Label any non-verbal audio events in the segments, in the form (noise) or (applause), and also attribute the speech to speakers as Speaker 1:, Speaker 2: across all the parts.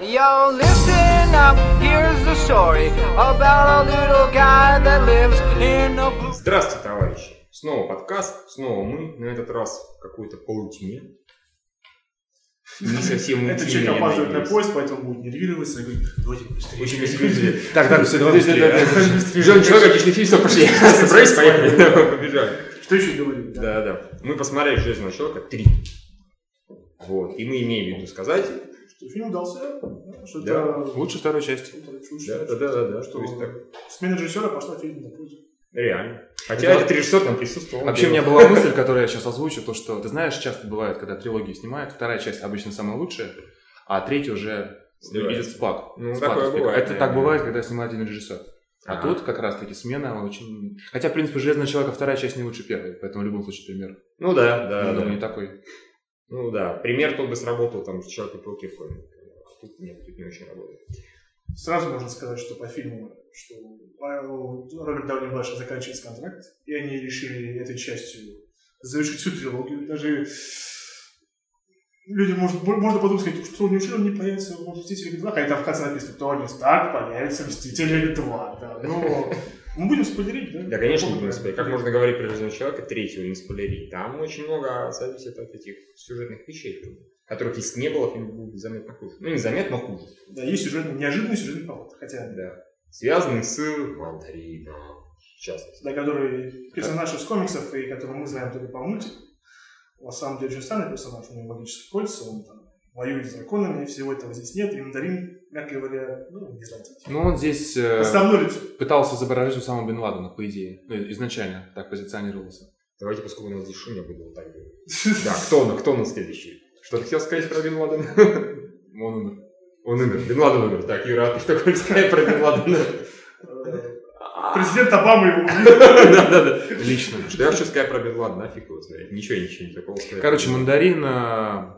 Speaker 1: Yo, listen up, here's the story about a little guy that lives in a blue...
Speaker 2: Здравствуйте, товарищи! Снова подкаст, снова мы, на этот раз в какой-то полутьме. Не совсем
Speaker 3: Это
Speaker 2: интимной,
Speaker 3: человек
Speaker 2: Ну, я
Speaker 3: опаздывает на
Speaker 2: надеюсь.
Speaker 3: поезд, поэтому будет нервироваться. и говорит, давайте быстрее.
Speaker 2: Очень
Speaker 3: (laughs)
Speaker 2: быстрее.
Speaker 4: Так, да, все, давай быстрее.
Speaker 2: Жен, человек, отличный фильм, все, пошли. (laughs) Собрались, поехали. (laughs) Побежали.
Speaker 3: Что еще говорит?
Speaker 2: Да, да. Мы посмотрели «Железного человека» 3. Вот. И мы имеем в виду сказать.
Speaker 3: Что фильм удался? да, Что
Speaker 2: Да.
Speaker 3: это...
Speaker 4: Лучше второй части.
Speaker 3: что-то чушь,
Speaker 2: Да, да,
Speaker 3: что-то-
Speaker 2: да, да, да.
Speaker 3: что
Speaker 2: То есть так.
Speaker 3: Смена режиссера пошла фильм на пользу.
Speaker 2: Реально. Хотя
Speaker 4: Да.
Speaker 2: этот режиссер там присутствовал.
Speaker 4: Вообще, у меня
Speaker 2: Делал.
Speaker 4: была мысль, которую я сейчас озвучу, то, что, ты знаешь, часто бывает, когда трилогии снимают, вторая часть обычно самая лучшая, а третья уже
Speaker 2: Сливается.
Speaker 4: идет в спад.
Speaker 2: Ну,
Speaker 4: В спад
Speaker 2: такое
Speaker 4: успеха.
Speaker 2: бывает,
Speaker 4: Это так
Speaker 2: наверное.
Speaker 4: бывает, когда снимает один режиссер. А
Speaker 2: Ага.
Speaker 4: тут как раз-таки смена очень... Хотя, в принципе, «Железного человека» вторая часть не лучше первой, поэтому в любом случае пример.
Speaker 2: Ну да,
Speaker 4: я
Speaker 2: да,
Speaker 4: думаю, не
Speaker 2: да.
Speaker 4: такой.
Speaker 2: Ну да. Пример тут бы сработал там с человеком пауке А тут нет, тут не очень работает.
Speaker 3: Сразу можно сказать, что по фильму, что Павел- Роберт Дауни младший заканчивается контракт, и они решили этой частью завершить всю трилогию. Даже люди, может, бо- можно подумать, сказать, что неужели он не появится в «Мстителях 2», хотя там в конце написано, Тони Старк появится в «Мстителях 2». Да. Но мы будем спойлерить, да?
Speaker 2: Да, конечно, не будем спорить. Как можно говорить про «Железного человека» третьего не спойлерить? Там очень много зависит от этих сюжетных вещей, которых если не было, фильм был бы заметно хуже. Ну, не заметно хуже.
Speaker 3: Да, есть сюжетный, неожиданный сюжетный поворот, хотя
Speaker 2: Да. Связанный с Волдарином, в частности.
Speaker 3: да, который персонаж из комиксов, и которого мы знаем только по мультику. На самом деле, очень странный персонаж, у него магические кольца, он там воюет с драконами, всего этого здесь нет, и мандарин, мягко говоря, ну, не знаю.
Speaker 4: Ну, он здесь э,
Speaker 3: Подставное лицо.
Speaker 4: пытался изображать Усама Бен Ладена, по идее. Ну, изначально так позиционировался.
Speaker 2: Давайте, поскольку у нас здесь шум, я буду вот так делать. Да, кто он, кто у нас следующий? Что ты хотел сказать про Бен Ладен? (laughs)
Speaker 4: Он умер.
Speaker 2: Он умер, Бен Ладен умер. Так, Юра, а ты что хочешь сказать про Бен Ладена?
Speaker 3: Э, Президент Обама его убил.
Speaker 2: Да-да-да.
Speaker 4: Лично.
Speaker 2: Что я хочу сказать про Бен Ладена? Нафиг его знает. Ничего, ничего, не такого сказать.
Speaker 4: Короче, мандарин э,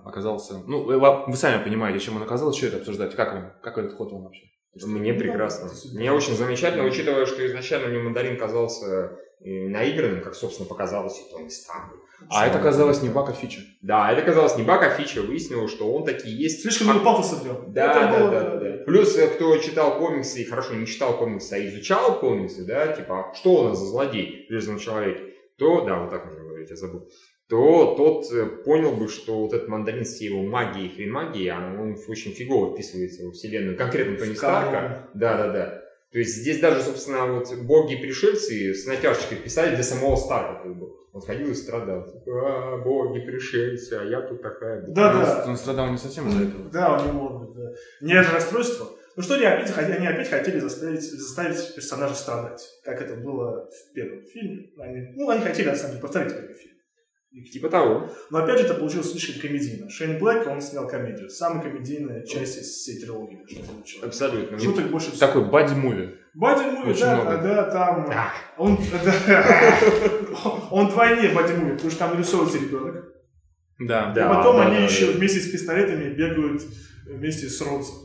Speaker 4: оказался. Ну, э, ла- вы сами понимаете, чем он оказался, что это обсуждать, как он, как этот ход он вообще.
Speaker 2: Мне
Speaker 3: Ну,
Speaker 2: прекрасно.
Speaker 3: это супер.
Speaker 2: Мне очень замечательно, учитывая, что изначально мне мандарин казался э, наигранным, как, собственно, показалось и Тони Старк.
Speaker 4: А это оказалось не баг, а фича.
Speaker 2: Да, это казалось не баг, а фича. Выяснилось, что он такие есть.
Speaker 3: Слишком много пафоса в нем.
Speaker 2: А, Да,
Speaker 3: ну, Это
Speaker 2: да,
Speaker 3: было,
Speaker 2: да, да, да. Плюс, э, кто читал комиксы, и хорошо, не читал комиксы, а изучал комиксы, да, типа, а что у нас за злодей в «Железном человеке», то, да, вот так можно говорить, я забыл, то тот э, понял бы, что вот этот мандарин с его магией, хрен магией, он, он очень фигово вписывается во вселенную, конкретно Тони
Speaker 3: В
Speaker 2: Типа Старка.
Speaker 3: канон.
Speaker 2: Да, да, да. То есть здесь даже, собственно, вот боги и пришельцы с натяжечкой писали для самого Старка, как бы. Он ходил и страдал. Типа, «А, боги, пришельцы, а я тут такая.
Speaker 3: Да,
Speaker 4: он,
Speaker 3: да.
Speaker 4: он страдал не совсем из-за этого.
Speaker 3: Да, у него да. нервное расстройство. Ну что они опять, хот- они опять хотели заставить, заставить персонажа страдать, как это было в первом фильме. Они, ну, они хотели, на самом деле, повторить первый фильм. И
Speaker 2: Типа того.
Speaker 3: Но опять же, это получилось слишком комедийно. Шейн Блэк, он снял комедию. Самая комедийная часть из всей трилогии, что получилось.
Speaker 2: Абсолютно. Мне
Speaker 3: Шуток больше всего.
Speaker 4: Такой бади-муви.
Speaker 3: Бадди Муви,
Speaker 4: Очень
Speaker 3: да,
Speaker 4: много.
Speaker 3: когда там... э,
Speaker 2: Да.
Speaker 3: Он, да, он двойне Бадди Муви, потому что там рисуется ребенок.
Speaker 4: Да.
Speaker 2: Да,
Speaker 3: и потом
Speaker 2: да,
Speaker 3: они
Speaker 2: да,
Speaker 3: еще
Speaker 2: да.
Speaker 3: вместе с пистолетами бегают э, вместе с Родсом.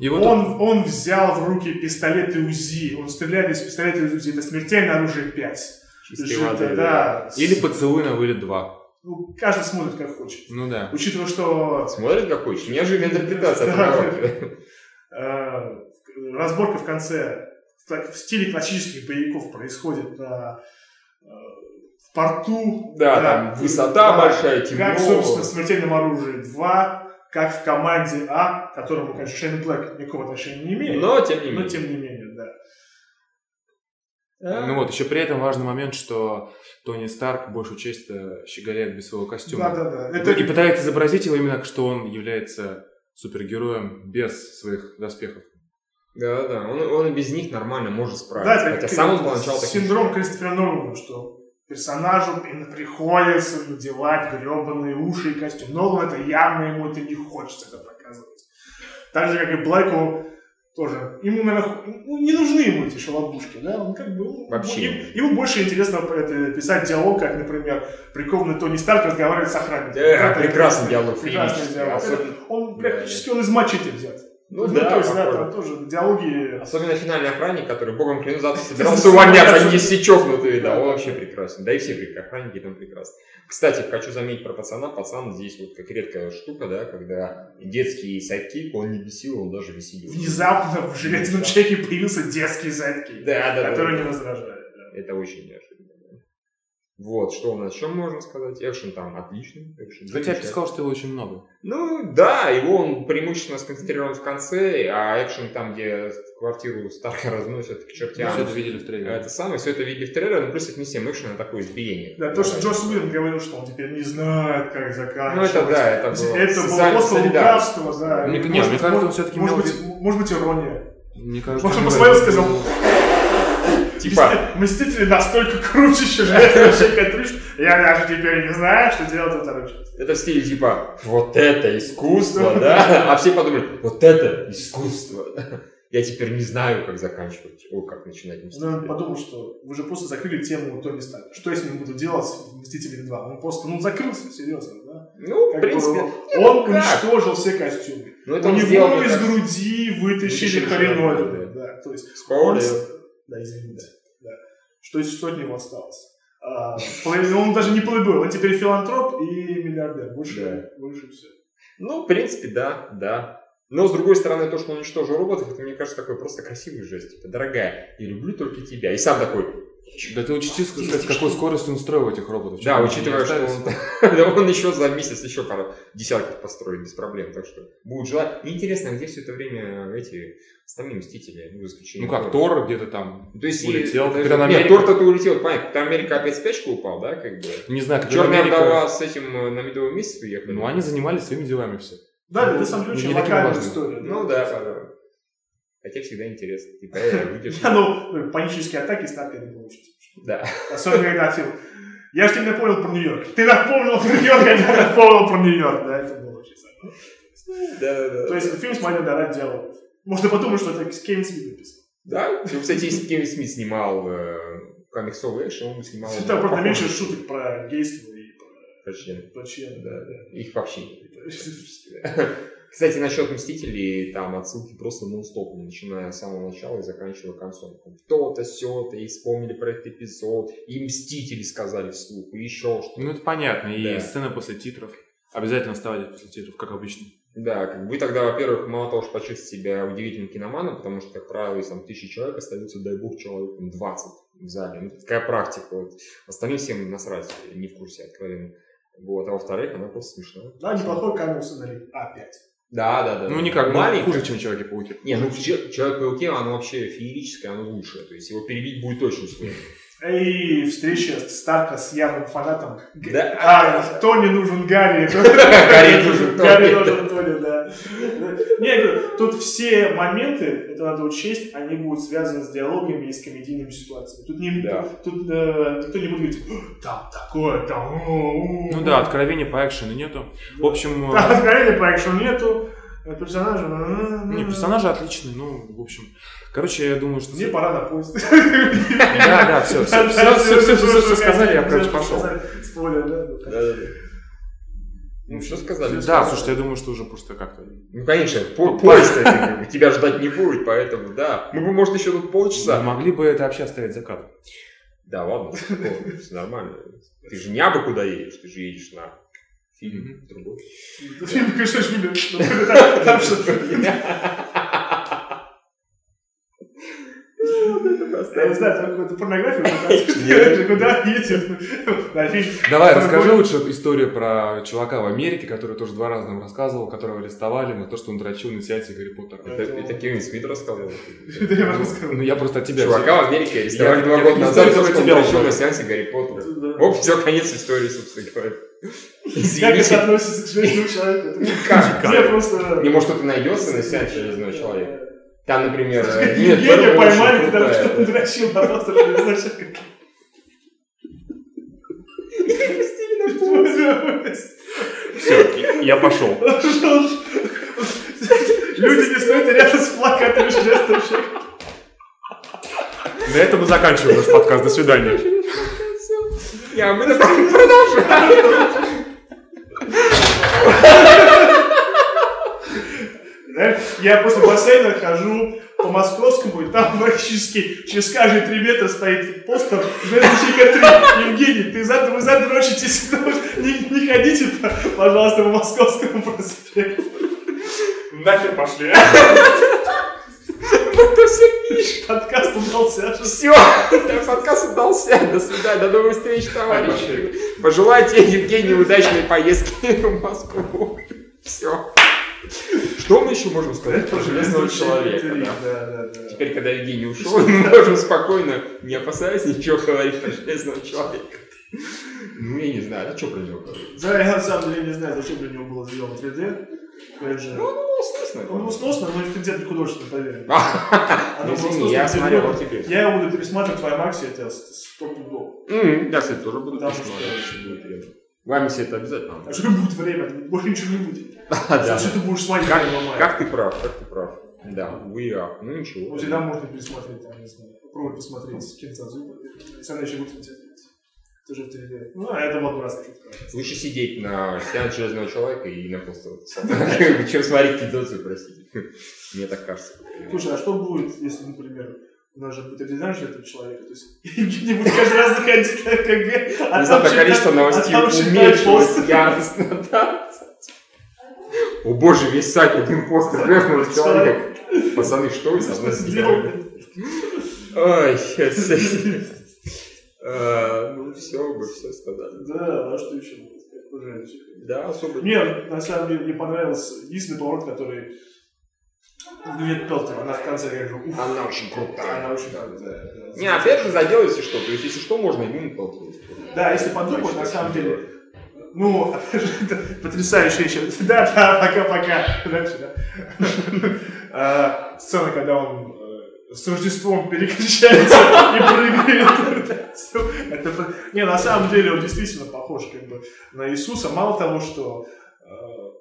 Speaker 4: И вот
Speaker 3: он, он взял в руки пистолет и УЗИ. Он стреляет из пистолета и УЗИ. Это смертельное оружие 5.
Speaker 2: чистой воды, да.
Speaker 3: да.
Speaker 4: Или поцелуй на вылет 2.
Speaker 3: Ну, каждый смотрит как хочет.
Speaker 4: Ну да.
Speaker 3: Учитывая, что
Speaker 2: Смотрит какой? Неожиданная интерпретация.
Speaker 3: Да.
Speaker 2: поворот.
Speaker 3: Э, разборка в конце так, в стиле классических боевиков происходит на, э, в порту.
Speaker 2: Да, там высота
Speaker 3: Да.
Speaker 2: большая, темно.
Speaker 3: Как, собственно, в смертельном оружии 2, как в команде А, к которому, конечно, Шейн Блэк никакого отношения не имеет,
Speaker 2: Но, тем не
Speaker 3: но
Speaker 2: менее.
Speaker 3: тем не менее, да.
Speaker 4: Ну вот, еще при этом важный момент, что Тони Старк большую часть э, щеголяет без своего костюма.
Speaker 3: Да, да, да.
Speaker 4: Ну,
Speaker 3: Это
Speaker 4: И пытается изобразить его именно, что он является супергероем без своих доспехов.
Speaker 2: Да, да. Он, он и без них нормально может
Speaker 3: да,
Speaker 2: справиться.
Speaker 3: это
Speaker 2: Хотя
Speaker 3: как
Speaker 2: сам он поначалу таким
Speaker 3: синдром Кристофера Нолана, что персонажу блин, приходится надевать гребаные уши и костюм. Нолан это явно ему это не хочется это показывать. Так же, как и Блэку тоже. Ему, наверное, ху- ну, не нужны ему эти шалобушки, да? Он как бы... ну,
Speaker 2: Вообще
Speaker 3: Ему, ему больше интересно это, писать диалог, как, например, прикованный Тони Старк разговаривает с охранником.
Speaker 2: Да,
Speaker 3: это
Speaker 2: Э, прекрасный диалог,
Speaker 3: Прекрасный
Speaker 2: феерический,
Speaker 3: диалог. Это-
Speaker 2: особенно-
Speaker 3: Он
Speaker 2: Да,
Speaker 3: практически он из мачете взят. Ну,
Speaker 2: да,
Speaker 3: то есть, да,
Speaker 2: похоже.
Speaker 3: там тоже диалоги...
Speaker 2: Особенно финальный охранник, который богом клянусь
Speaker 3: (laughs)
Speaker 2: завтра собирался увольняться, не если чокнутый, да,
Speaker 3: Да,
Speaker 2: он
Speaker 3: да.
Speaker 2: вообще прекрасен. Да и все прек- охранники там прекрасны. Кстати, хочу заметить про пацана. Пацан здесь вот как редкая штука, да, когда детский сайдкик, он не бесил, он даже веселил.
Speaker 3: Внезапно в «Железном
Speaker 2: Да.
Speaker 3: чеке» появился детский сайдки,
Speaker 2: Да, да, да.
Speaker 3: который не
Speaker 2: да.
Speaker 3: раздражает. да.
Speaker 2: Это очень неожиданно. да. Вот, что у нас еще можно сказать? Экшен там отличный. экшен
Speaker 4: Хотя я
Speaker 2: замечательный.
Speaker 4: сказал, что его очень много.
Speaker 2: Ну да, его он преимущественно сконцентрирован в конце, а экшен там, где квартиру Старка (laughs) разносят к чертям.
Speaker 4: Все это видели в трейлере.
Speaker 2: Это самое, все это в виде в трейлере, но плюс это не всем экшен, а такое избиение.
Speaker 3: Да, то, что
Speaker 2: Да,
Speaker 3: Джос Уидон говорил, что он теперь не знает, как
Speaker 2: Ну
Speaker 3: заканчивать.
Speaker 2: это да, это
Speaker 3: Это
Speaker 2: было.
Speaker 3: было
Speaker 2: социально-
Speaker 3: просто
Speaker 2: солидарно.
Speaker 3: лукавство, да.
Speaker 4: Мне-
Speaker 3: Может
Speaker 4: не, мне
Speaker 3: быть,
Speaker 4: кажется,
Speaker 3: мож-
Speaker 4: он всё-таки
Speaker 3: может
Speaker 4: имел в
Speaker 3: быть, может быть, ирония.
Speaker 4: Мне кажется,
Speaker 3: Может, он
Speaker 4: не
Speaker 3: посмотрел и
Speaker 4: важно.
Speaker 3: сказал,
Speaker 2: Типа,
Speaker 3: Мсти- Мстители настолько круче, чем «Железного чека» три, что я даже теперь не знаю, что делать во второй части.
Speaker 2: это в стиле типа, вот это искусство, да? А все подумали, вот это искусство. Я теперь не знаю, как заканчивать, о, как начинать.
Speaker 3: Ну, я подумал, что вы же просто закрыли тему Тони Старка. Что я с ним буду делать в «Мстителях 2»? Он просто, ну, закрылся, серьезно, да?
Speaker 2: Ну, в
Speaker 3: Как
Speaker 2: принципе,
Speaker 3: бы он
Speaker 2: ну как?
Speaker 3: уничтожил все костюмы.
Speaker 2: ну
Speaker 3: У
Speaker 2: это он сделал,
Speaker 3: него
Speaker 2: мне
Speaker 3: из
Speaker 2: кажется,
Speaker 3: груди вытащили
Speaker 2: Вытащили
Speaker 3: хреновину.
Speaker 2: хреновину,
Speaker 3: Да, то есть
Speaker 2: спойлер.
Speaker 3: Он- Да, извините. Да. Что, что от него осталось? А, плей- он даже не плейбой, он теперь филантроп и миллиардер. Больше, больше все.
Speaker 2: Ну, в принципе, да, да. Но, с другой стороны, то, что он уничтожил роботов, это, мне кажется, такой просто красивый жест. Типа, дорогая, я люблю только тебя. И сам такой,
Speaker 4: Да ты учти, с с какой скоростью он строил этих роботов.
Speaker 2: Да,
Speaker 4: Чё,
Speaker 2: учитывая,
Speaker 4: не
Speaker 2: что
Speaker 4: остались?
Speaker 2: он, (laughs) да, он еще за месяц еще пару десятков построит без проблем, так что будет желать. Мне Интересно, где все это время эти остальные мстители, ну, за
Speaker 4: Ну
Speaker 2: исключением
Speaker 4: как,
Speaker 2: Тора.
Speaker 4: Тор где-то там.
Speaker 2: То есть, и-
Speaker 4: улетел,
Speaker 2: даже-
Speaker 4: Капитан
Speaker 2: Нет,
Speaker 4: Америка.
Speaker 2: Тор-то ты улетел, понятно, Капитан Америка опять в спячку упал, да, как бы.
Speaker 4: Не знаю, как
Speaker 2: Черная
Speaker 4: Америка-
Speaker 2: вдова с этим э, на медовый месяц уехали.
Speaker 4: А Ну, они занимались своими делами все.
Speaker 3: Да, это на самом деле
Speaker 4: Не
Speaker 3: очень
Speaker 4: таким
Speaker 3: локальная
Speaker 4: важным.
Speaker 3: история.
Speaker 2: Ну да, пожалуй. Хотя всегда интересно. Типа, э, выйдешь.
Speaker 3: Да, (laughs) ну, панические атаки Старка не получились.
Speaker 2: Да.
Speaker 3: Особенно когда Фил. Я же тебе напомнил про Нью-Йорк. Ты напомнил про Нью-Йорк, а я напомнил про Нью-Йорк. Да, это было очень забавно.
Speaker 2: Да, да,
Speaker 3: То
Speaker 2: да.
Speaker 3: есть фильм смотрел да, ради диалогов. Можно подумать, что это Кевин Смит написал.
Speaker 2: Да, ну, кстати, если Кевин Смит снимал э, комиксовый экшен, Ну, он бы снимал...
Speaker 3: Все там, правда,
Speaker 2: похожий
Speaker 3: меньше шуток про гейство и про-
Speaker 2: Почти.
Speaker 3: про члены.
Speaker 2: Да, да. Их вообще нет.
Speaker 3: (laughs)
Speaker 2: (laughs) Кстати, насчет Мстителей, там отсылки просто нон-стоп, начиная с самого начала и заканчивая концом. Там То-то, все-то, и вспомнили про этот эпизод, и Мстители сказали вслух, и еще что-то.
Speaker 4: Ну, это понятно. И
Speaker 2: Да.
Speaker 4: сцена после титров. Обязательно вставать после титров, как обычно.
Speaker 2: Да, как бы вы тогда, во-первых, мало того, что почувствуете себя удивительным киноманом, потому что, как правило, из там тысячи человек остаются, дай бог, человек там, 20 в зале. Ну, такая практика. Вот. Остальным всем насрать, не в курсе, откровенно. Вот. А во-вторых, она просто смешная.
Speaker 3: Да, неплохой камень сценарий. Опять.
Speaker 2: Да, да, да.
Speaker 4: Ну, никак.
Speaker 2: Маленькая.
Speaker 4: Маленький. Хуже, чем Человеки-пауки.
Speaker 2: Не, ну в Че- Человек-пауке оно вообще феерическое, оно лучшее. То есть его перебить будет очень сложно.
Speaker 3: А И встреча Старка с явным фанатом. Г-
Speaker 2: Да.
Speaker 3: А, Тони
Speaker 2: (laughs)
Speaker 3: нужен Гарри.
Speaker 2: Гарри нужен Тони.
Speaker 3: Гарри нужен Тони, да. Не, я говорю, тут все моменты, это надо учесть, они будут связаны с диалогами и с комедийными ситуациями. Тут, не,
Speaker 2: Да.
Speaker 3: тут э, никто не будет говорить, «О, там такое, там... о, о, о».
Speaker 4: Ну да, откровения по экшену нету. В общем,
Speaker 3: Там
Speaker 4: э,
Speaker 3: откровения по экшену нету, э, персонажа... м,
Speaker 4: не,
Speaker 3: м.
Speaker 4: персонажи отличные, ну, в общем. Короче, я думаю, что...
Speaker 3: Мне пора на поезд.
Speaker 4: Да, да, все, все, все, все, все, все, сказали, я, короче, пошел.
Speaker 3: Спойлер, да,
Speaker 2: Да,
Speaker 3: да.
Speaker 2: да, да. Ну, что сказали?
Speaker 4: Да, слушайте, я думаю, что уже просто как-то...
Speaker 2: Ну, конечно, по- поезд это, как бы, тебя ждать не будет, поэтому, да. Мы бы, может, еще тут полчаса.
Speaker 4: Мы могли бы это вообще оставить за кадром.
Speaker 2: Да, ладно, все нормально. Ты же не абы куда едешь, ты же едешь на фильм другой.
Speaker 3: Фильм, конечно, ж любят. но там- там что-
Speaker 2: (laughs)
Speaker 3: Я не знаю, там какую-то порнографию показывают. Куда едет? Да, фильм.
Speaker 4: Давай,
Speaker 3: Другой.
Speaker 4: расскажи лучше историю про чувака в Америке, который тоже два раза нам рассказывал, которого арестовали на то, что он дрочил на сеансе Гарри Поттера.
Speaker 2: Это это Кевин Смит рассказывал.
Speaker 3: Да, я вам расскажу.
Speaker 4: Ну, я просто от тебя...
Speaker 2: Чувака в Америке арестовали
Speaker 4: Я-
Speaker 2: два
Speaker 4: я
Speaker 2: года
Speaker 4: не
Speaker 2: назад,
Speaker 4: знаю,
Speaker 2: за то,
Speaker 4: что
Speaker 2: что он
Speaker 4: тебя
Speaker 2: пришел на
Speaker 4: узнать.
Speaker 2: сеансе Гарри Поттера.
Speaker 3: Да.
Speaker 2: Вот, все, конец истории, собственно говоря.
Speaker 3: Как это
Speaker 2: Извините.
Speaker 3: относится к железному человеку?
Speaker 2: Никак.
Speaker 3: Я просто...
Speaker 2: Не может, кто-то найдется на сеансе «Железного человека». Там, например, э, нет,
Speaker 3: Евгения
Speaker 2: Бэтмен очень
Speaker 3: поймали, потому
Speaker 2: крутая,
Speaker 3: что он дрочил на просто железного человека.
Speaker 4: Все, я пошел.
Speaker 2: (laughs)
Speaker 3: Люди не стоят рядом с плакатами железного человека.
Speaker 4: На этом мы заканчиваем наш подкаст. До свидания.
Speaker 2: Я мы продолжаем.
Speaker 3: Да, да? Я после бассейна хожу по московскому, и там практически через каждые три метра стоит постер «Железнодорожника 3». Евгений, ты зад- вы (laughs) задрочитесь, не, не ходите, пожалуйста, по московскому проспекту.
Speaker 5: Нахер пошли.
Speaker 3: Подкаст удался. а
Speaker 2: Все, подкаст удался. До свидания, до новых встреч, товарищи. Пожелайте Евгению удачной поездки в Москву. Все. Что мы еще можем сказать про железного человека? да?
Speaker 3: Да, да, да.
Speaker 2: Теперь, когда (laughs) Евгений ушел, мы можем спокойно, не опасаясь ничего, говорить про железного человека. Ну, я не знаю, а что про него говорить?
Speaker 3: Да, я на самом деле не знаю, зачем для него было сделано 3D. Опять же,
Speaker 2: Ну, ну, сносно.
Speaker 3: Ну, сносно, но и в конце художественно, поверь.
Speaker 2: А,
Speaker 3: Оно
Speaker 2: Ну,
Speaker 3: было
Speaker 2: извини,
Speaker 3: сносно,
Speaker 2: я
Speaker 3: и тем
Speaker 2: смотрел
Speaker 3: более-
Speaker 2: вот теперь.
Speaker 3: Я его буду пересматривать в IMAX, это стопудово.
Speaker 2: М, Я, кстати, тоже буду
Speaker 3: Потому
Speaker 2: посмотреть,
Speaker 3: что-
Speaker 2: что будет рядом. Вам все это обязательно.
Speaker 3: А что будет время? Больше ничего не будет.
Speaker 2: Да, да.
Speaker 3: Что ты будешь смотреть,
Speaker 2: Как-
Speaker 3: ломать?
Speaker 2: Как ты прав, как ты прав. Да, we are. Ну ничего.
Speaker 3: Ну, всегда можно пересмотреть, там, не знаю, попробовать посмотреть с кем-то зубы. Если она еще будет смотреть. Ты же в 3D. Ну, а это много раз шутка.
Speaker 2: Лучше сидеть на стене железного человека и на просто (laughs) чем смотреть кинцовцию, простите. Мне так кажется.
Speaker 3: Слушай, а что будет, если, например, у нас же будет обязательно этого человека, то есть (laughs) Евгений будет каждый раз заходить на КГ, а там
Speaker 2: Внезапно
Speaker 3: читать-
Speaker 2: количество новостей
Speaker 3: а там читать пост.
Speaker 2: уменьшилось яростно, да. О боже, весь сайт один пост железного человека. Пацаны, что вы со
Speaker 3: Что
Speaker 2: мной
Speaker 3: ты сделал?
Speaker 2: сделали? Ой, сейчас. Э, Ну, все, бы все сказали.
Speaker 3: Да, а что еще будет? Как пожарить?
Speaker 2: Да, особо
Speaker 3: Мне на самом деле не понравился единственный поворот, который Гвинет Пелтер, она в конце я говорю, ух,
Speaker 2: Она очень крутая.
Speaker 3: она очень крутая. да.
Speaker 2: Не, опять же, задел, если что. То есть, если что, можно и не
Speaker 3: Да, если подумать, на самом деле, Ну, (laughs) опять же, это потрясающе еще. Да, да, пока-пока. Дальше, да. А, Сцена, когда он э, с Рождеством переключается и прыгает. Это про- Не, на самом деле он действительно похож как бы на Иисуса. Мало того, что э,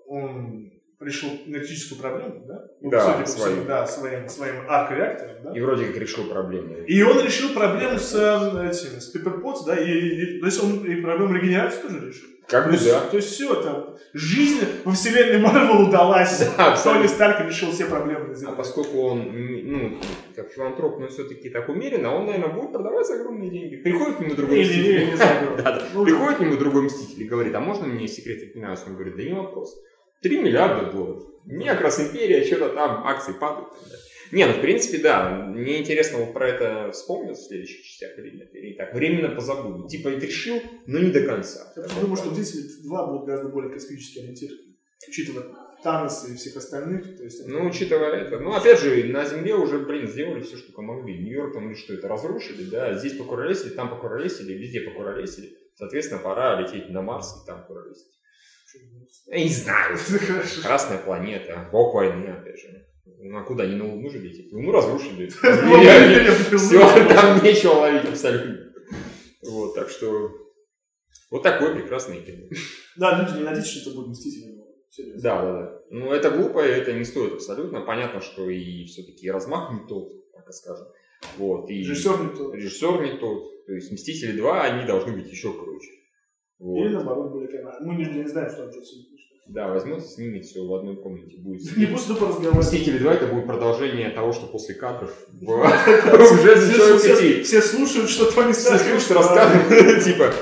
Speaker 3: он решил энергетическую проблему, да? Ну,
Speaker 2: Да,
Speaker 3: судя по
Speaker 2: свою.
Speaker 3: всему, Да, своим, своим арк-реактором, да?
Speaker 2: И вроде как решил проблему.
Speaker 3: И он решил проблему с, э, этим, с Пепперпотс, да, и, и- то есть он и проблему регенерации тоже решил.
Speaker 2: Как
Speaker 3: ну То
Speaker 2: бы
Speaker 3: есть,
Speaker 2: да.
Speaker 3: все, там, жизнь во вселенной Марвел удалась.
Speaker 2: Да, абсолютно.
Speaker 3: Тони Старк решил все проблемы на
Speaker 2: А
Speaker 3: Земле.
Speaker 2: поскольку он, м, ну, как филантроп, но все-таки так умеренно, он, наверное, будет продавать за огромные деньги. Приходит к нему другой
Speaker 3: Не, не, не,
Speaker 2: мститель.
Speaker 3: не знаю.
Speaker 2: Да-да.
Speaker 3: Ну,
Speaker 2: Приходит к нему другой мститель и говорит, а можно мне секреты финансы? Он говорит, да не вопрос. 3 миллиарда долларов. Мне как раз империя, что-то там, акции падают. и так далее. Не, ну, в принципе, да. Мне интересно, вот про это вспомнят в следующих частях или нет. Или так, временно позабуду. Типа, это решил, но не до конца.
Speaker 3: Я просто думаю, что здесь 2 будут гораздо более космически ориентированы, учитывая Таноса и всех остальных. То есть,
Speaker 2: Ну, учитывая это, ну, опять же, на Земле уже, блин, сделали все, что помогли. Нью-Йорк там или что это разрушили, да, здесь покуролесили, там покуролесили, везде покуролесили. Соответственно, пора лететь на Марс и там куролесить. Я не
Speaker 3: (laughs)
Speaker 2: знаю.
Speaker 3: Ну, Хорошо.
Speaker 2: Красная планета, бог войны, опять же. Ну, а куда? Не на Луну же лететь? Луну разрушили.
Speaker 3: (laughs)
Speaker 2: Все, там нечего ловить абсолютно. Вот, так что... Вот такой прекрасный фильм.
Speaker 3: Да, люди не надеются, что это будет Мстители. Серьезно.
Speaker 2: Да, да, да. Ну, это глупо, и это не стоит абсолютно. Понятно, что и все-таки размах не тот, так скажем. Вот, и
Speaker 3: Режиссер не тот.
Speaker 2: режиссер не тот. То есть «Мстители 2», они должны быть еще круче. Вот.
Speaker 3: Или наоборот, более канал. Мы не, не знаем, что он тут
Speaker 2: Да, возьмет и снимет все в одной комнате. Будет
Speaker 3: Не просто тупо разговаривать.
Speaker 2: «Мстители 2» это будет продолжение того, что после кадров в- уже
Speaker 3: Все,
Speaker 2: «Железный человек
Speaker 3: все-
Speaker 2: 3».
Speaker 3: все слушают, что Тони
Speaker 2: Все
Speaker 3: Старк.
Speaker 2: слушают, рассказывают, (laughs) типа,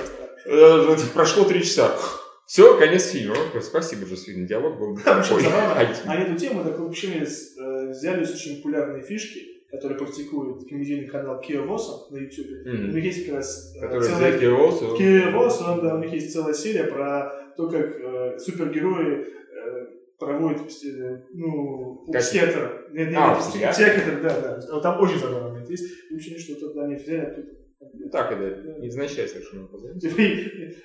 Speaker 2: э, вот прошло три часа. Все, конец фильма. Ой, Спасибо, Джосвин, диалог был
Speaker 3: Вообще
Speaker 2: такой.
Speaker 3: забавно. На А эту тему так вообще э, взяли очень популярные фишки, которые практикует комедийный канал Kia Vossa на YouTube. У
Speaker 2: Мгм.
Speaker 3: них есть как раз э,
Speaker 2: Который
Speaker 3: целая...
Speaker 2: взял Кирлоса.
Speaker 3: Kia Vossa, он, да, у них есть целая серия про то, как э, супергерои э, проводят э, ну,
Speaker 2: Как-
Speaker 3: психиатра. Нет, нет,
Speaker 2: А,
Speaker 3: нет,
Speaker 2: психиатра.
Speaker 3: психиатра, да, да. Там очень забавный момент есть. И учили, что вот это они взяли а оттуда.
Speaker 2: Ну,
Speaker 3: (laughs)
Speaker 2: Так, это изначально совершенно позвонить.
Speaker 3: И Типа,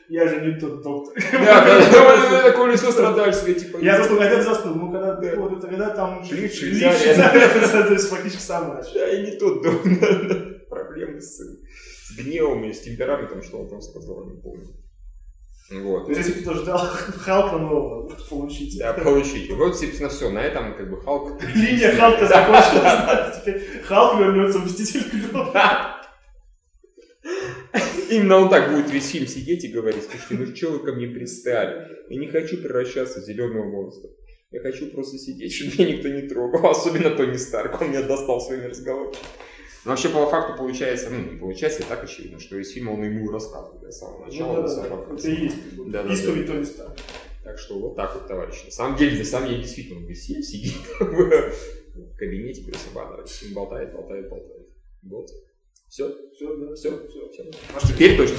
Speaker 3: Я же не тот доктор.
Speaker 2: Да, да, да, такое лицо страдальческое, типа.
Speaker 3: Я заснул, опять заснул. Ну, когда,
Speaker 2: Да.
Speaker 3: вот это, когда там...
Speaker 2: Шлиф,
Speaker 3: шлиф, (laughs)
Speaker 2: Швейцария.
Speaker 3: Швейцария, То есть фактически самое.
Speaker 2: Да, и не тот дом. (laughs) Проблемы с, с гневом и с темпераментом, что он там сказал, не помню. Вот.
Speaker 3: То есть, если кто ждал Халка нового, вот получите.
Speaker 2: Да, получите. Вот, собственно, все. На этом, как бы, Халк...
Speaker 3: Линия Халка закончилась. да. Теперь Халк вернется в Мстители.
Speaker 2: Именно он так будет весь фильм сидеть и говорить, слушайте, ну что вы ко мне пристали? Я не хочу превращаться в зеленого монстра. Я хочу просто сидеть, (laughs) чтобы меня никто не трогал. Особенно Тони Старк, он меня достал своими разговорами. Но вообще, по факту, получается, ну, не получается, и так очевидно, что из фильма он ему и рассказывает с самого начала
Speaker 3: Ну,
Speaker 2: до
Speaker 3: да, да,
Speaker 2: самого
Speaker 3: да.
Speaker 2: конца.
Speaker 3: Это и есть как бы,
Speaker 4: Да-да-да.
Speaker 3: исповедь Тони Старка.
Speaker 2: Так что вот так вот, товарищи. На самом деле, на самом деле, действительно, он без сил сидит (laughs) как бы, в кабинете Брюса Баннера. С ним болтает, болтает, болтает. Вот. Все,
Speaker 3: Все, да.
Speaker 2: все,
Speaker 3: Всё.
Speaker 2: все.
Speaker 3: Может,
Speaker 2: Теперь точно.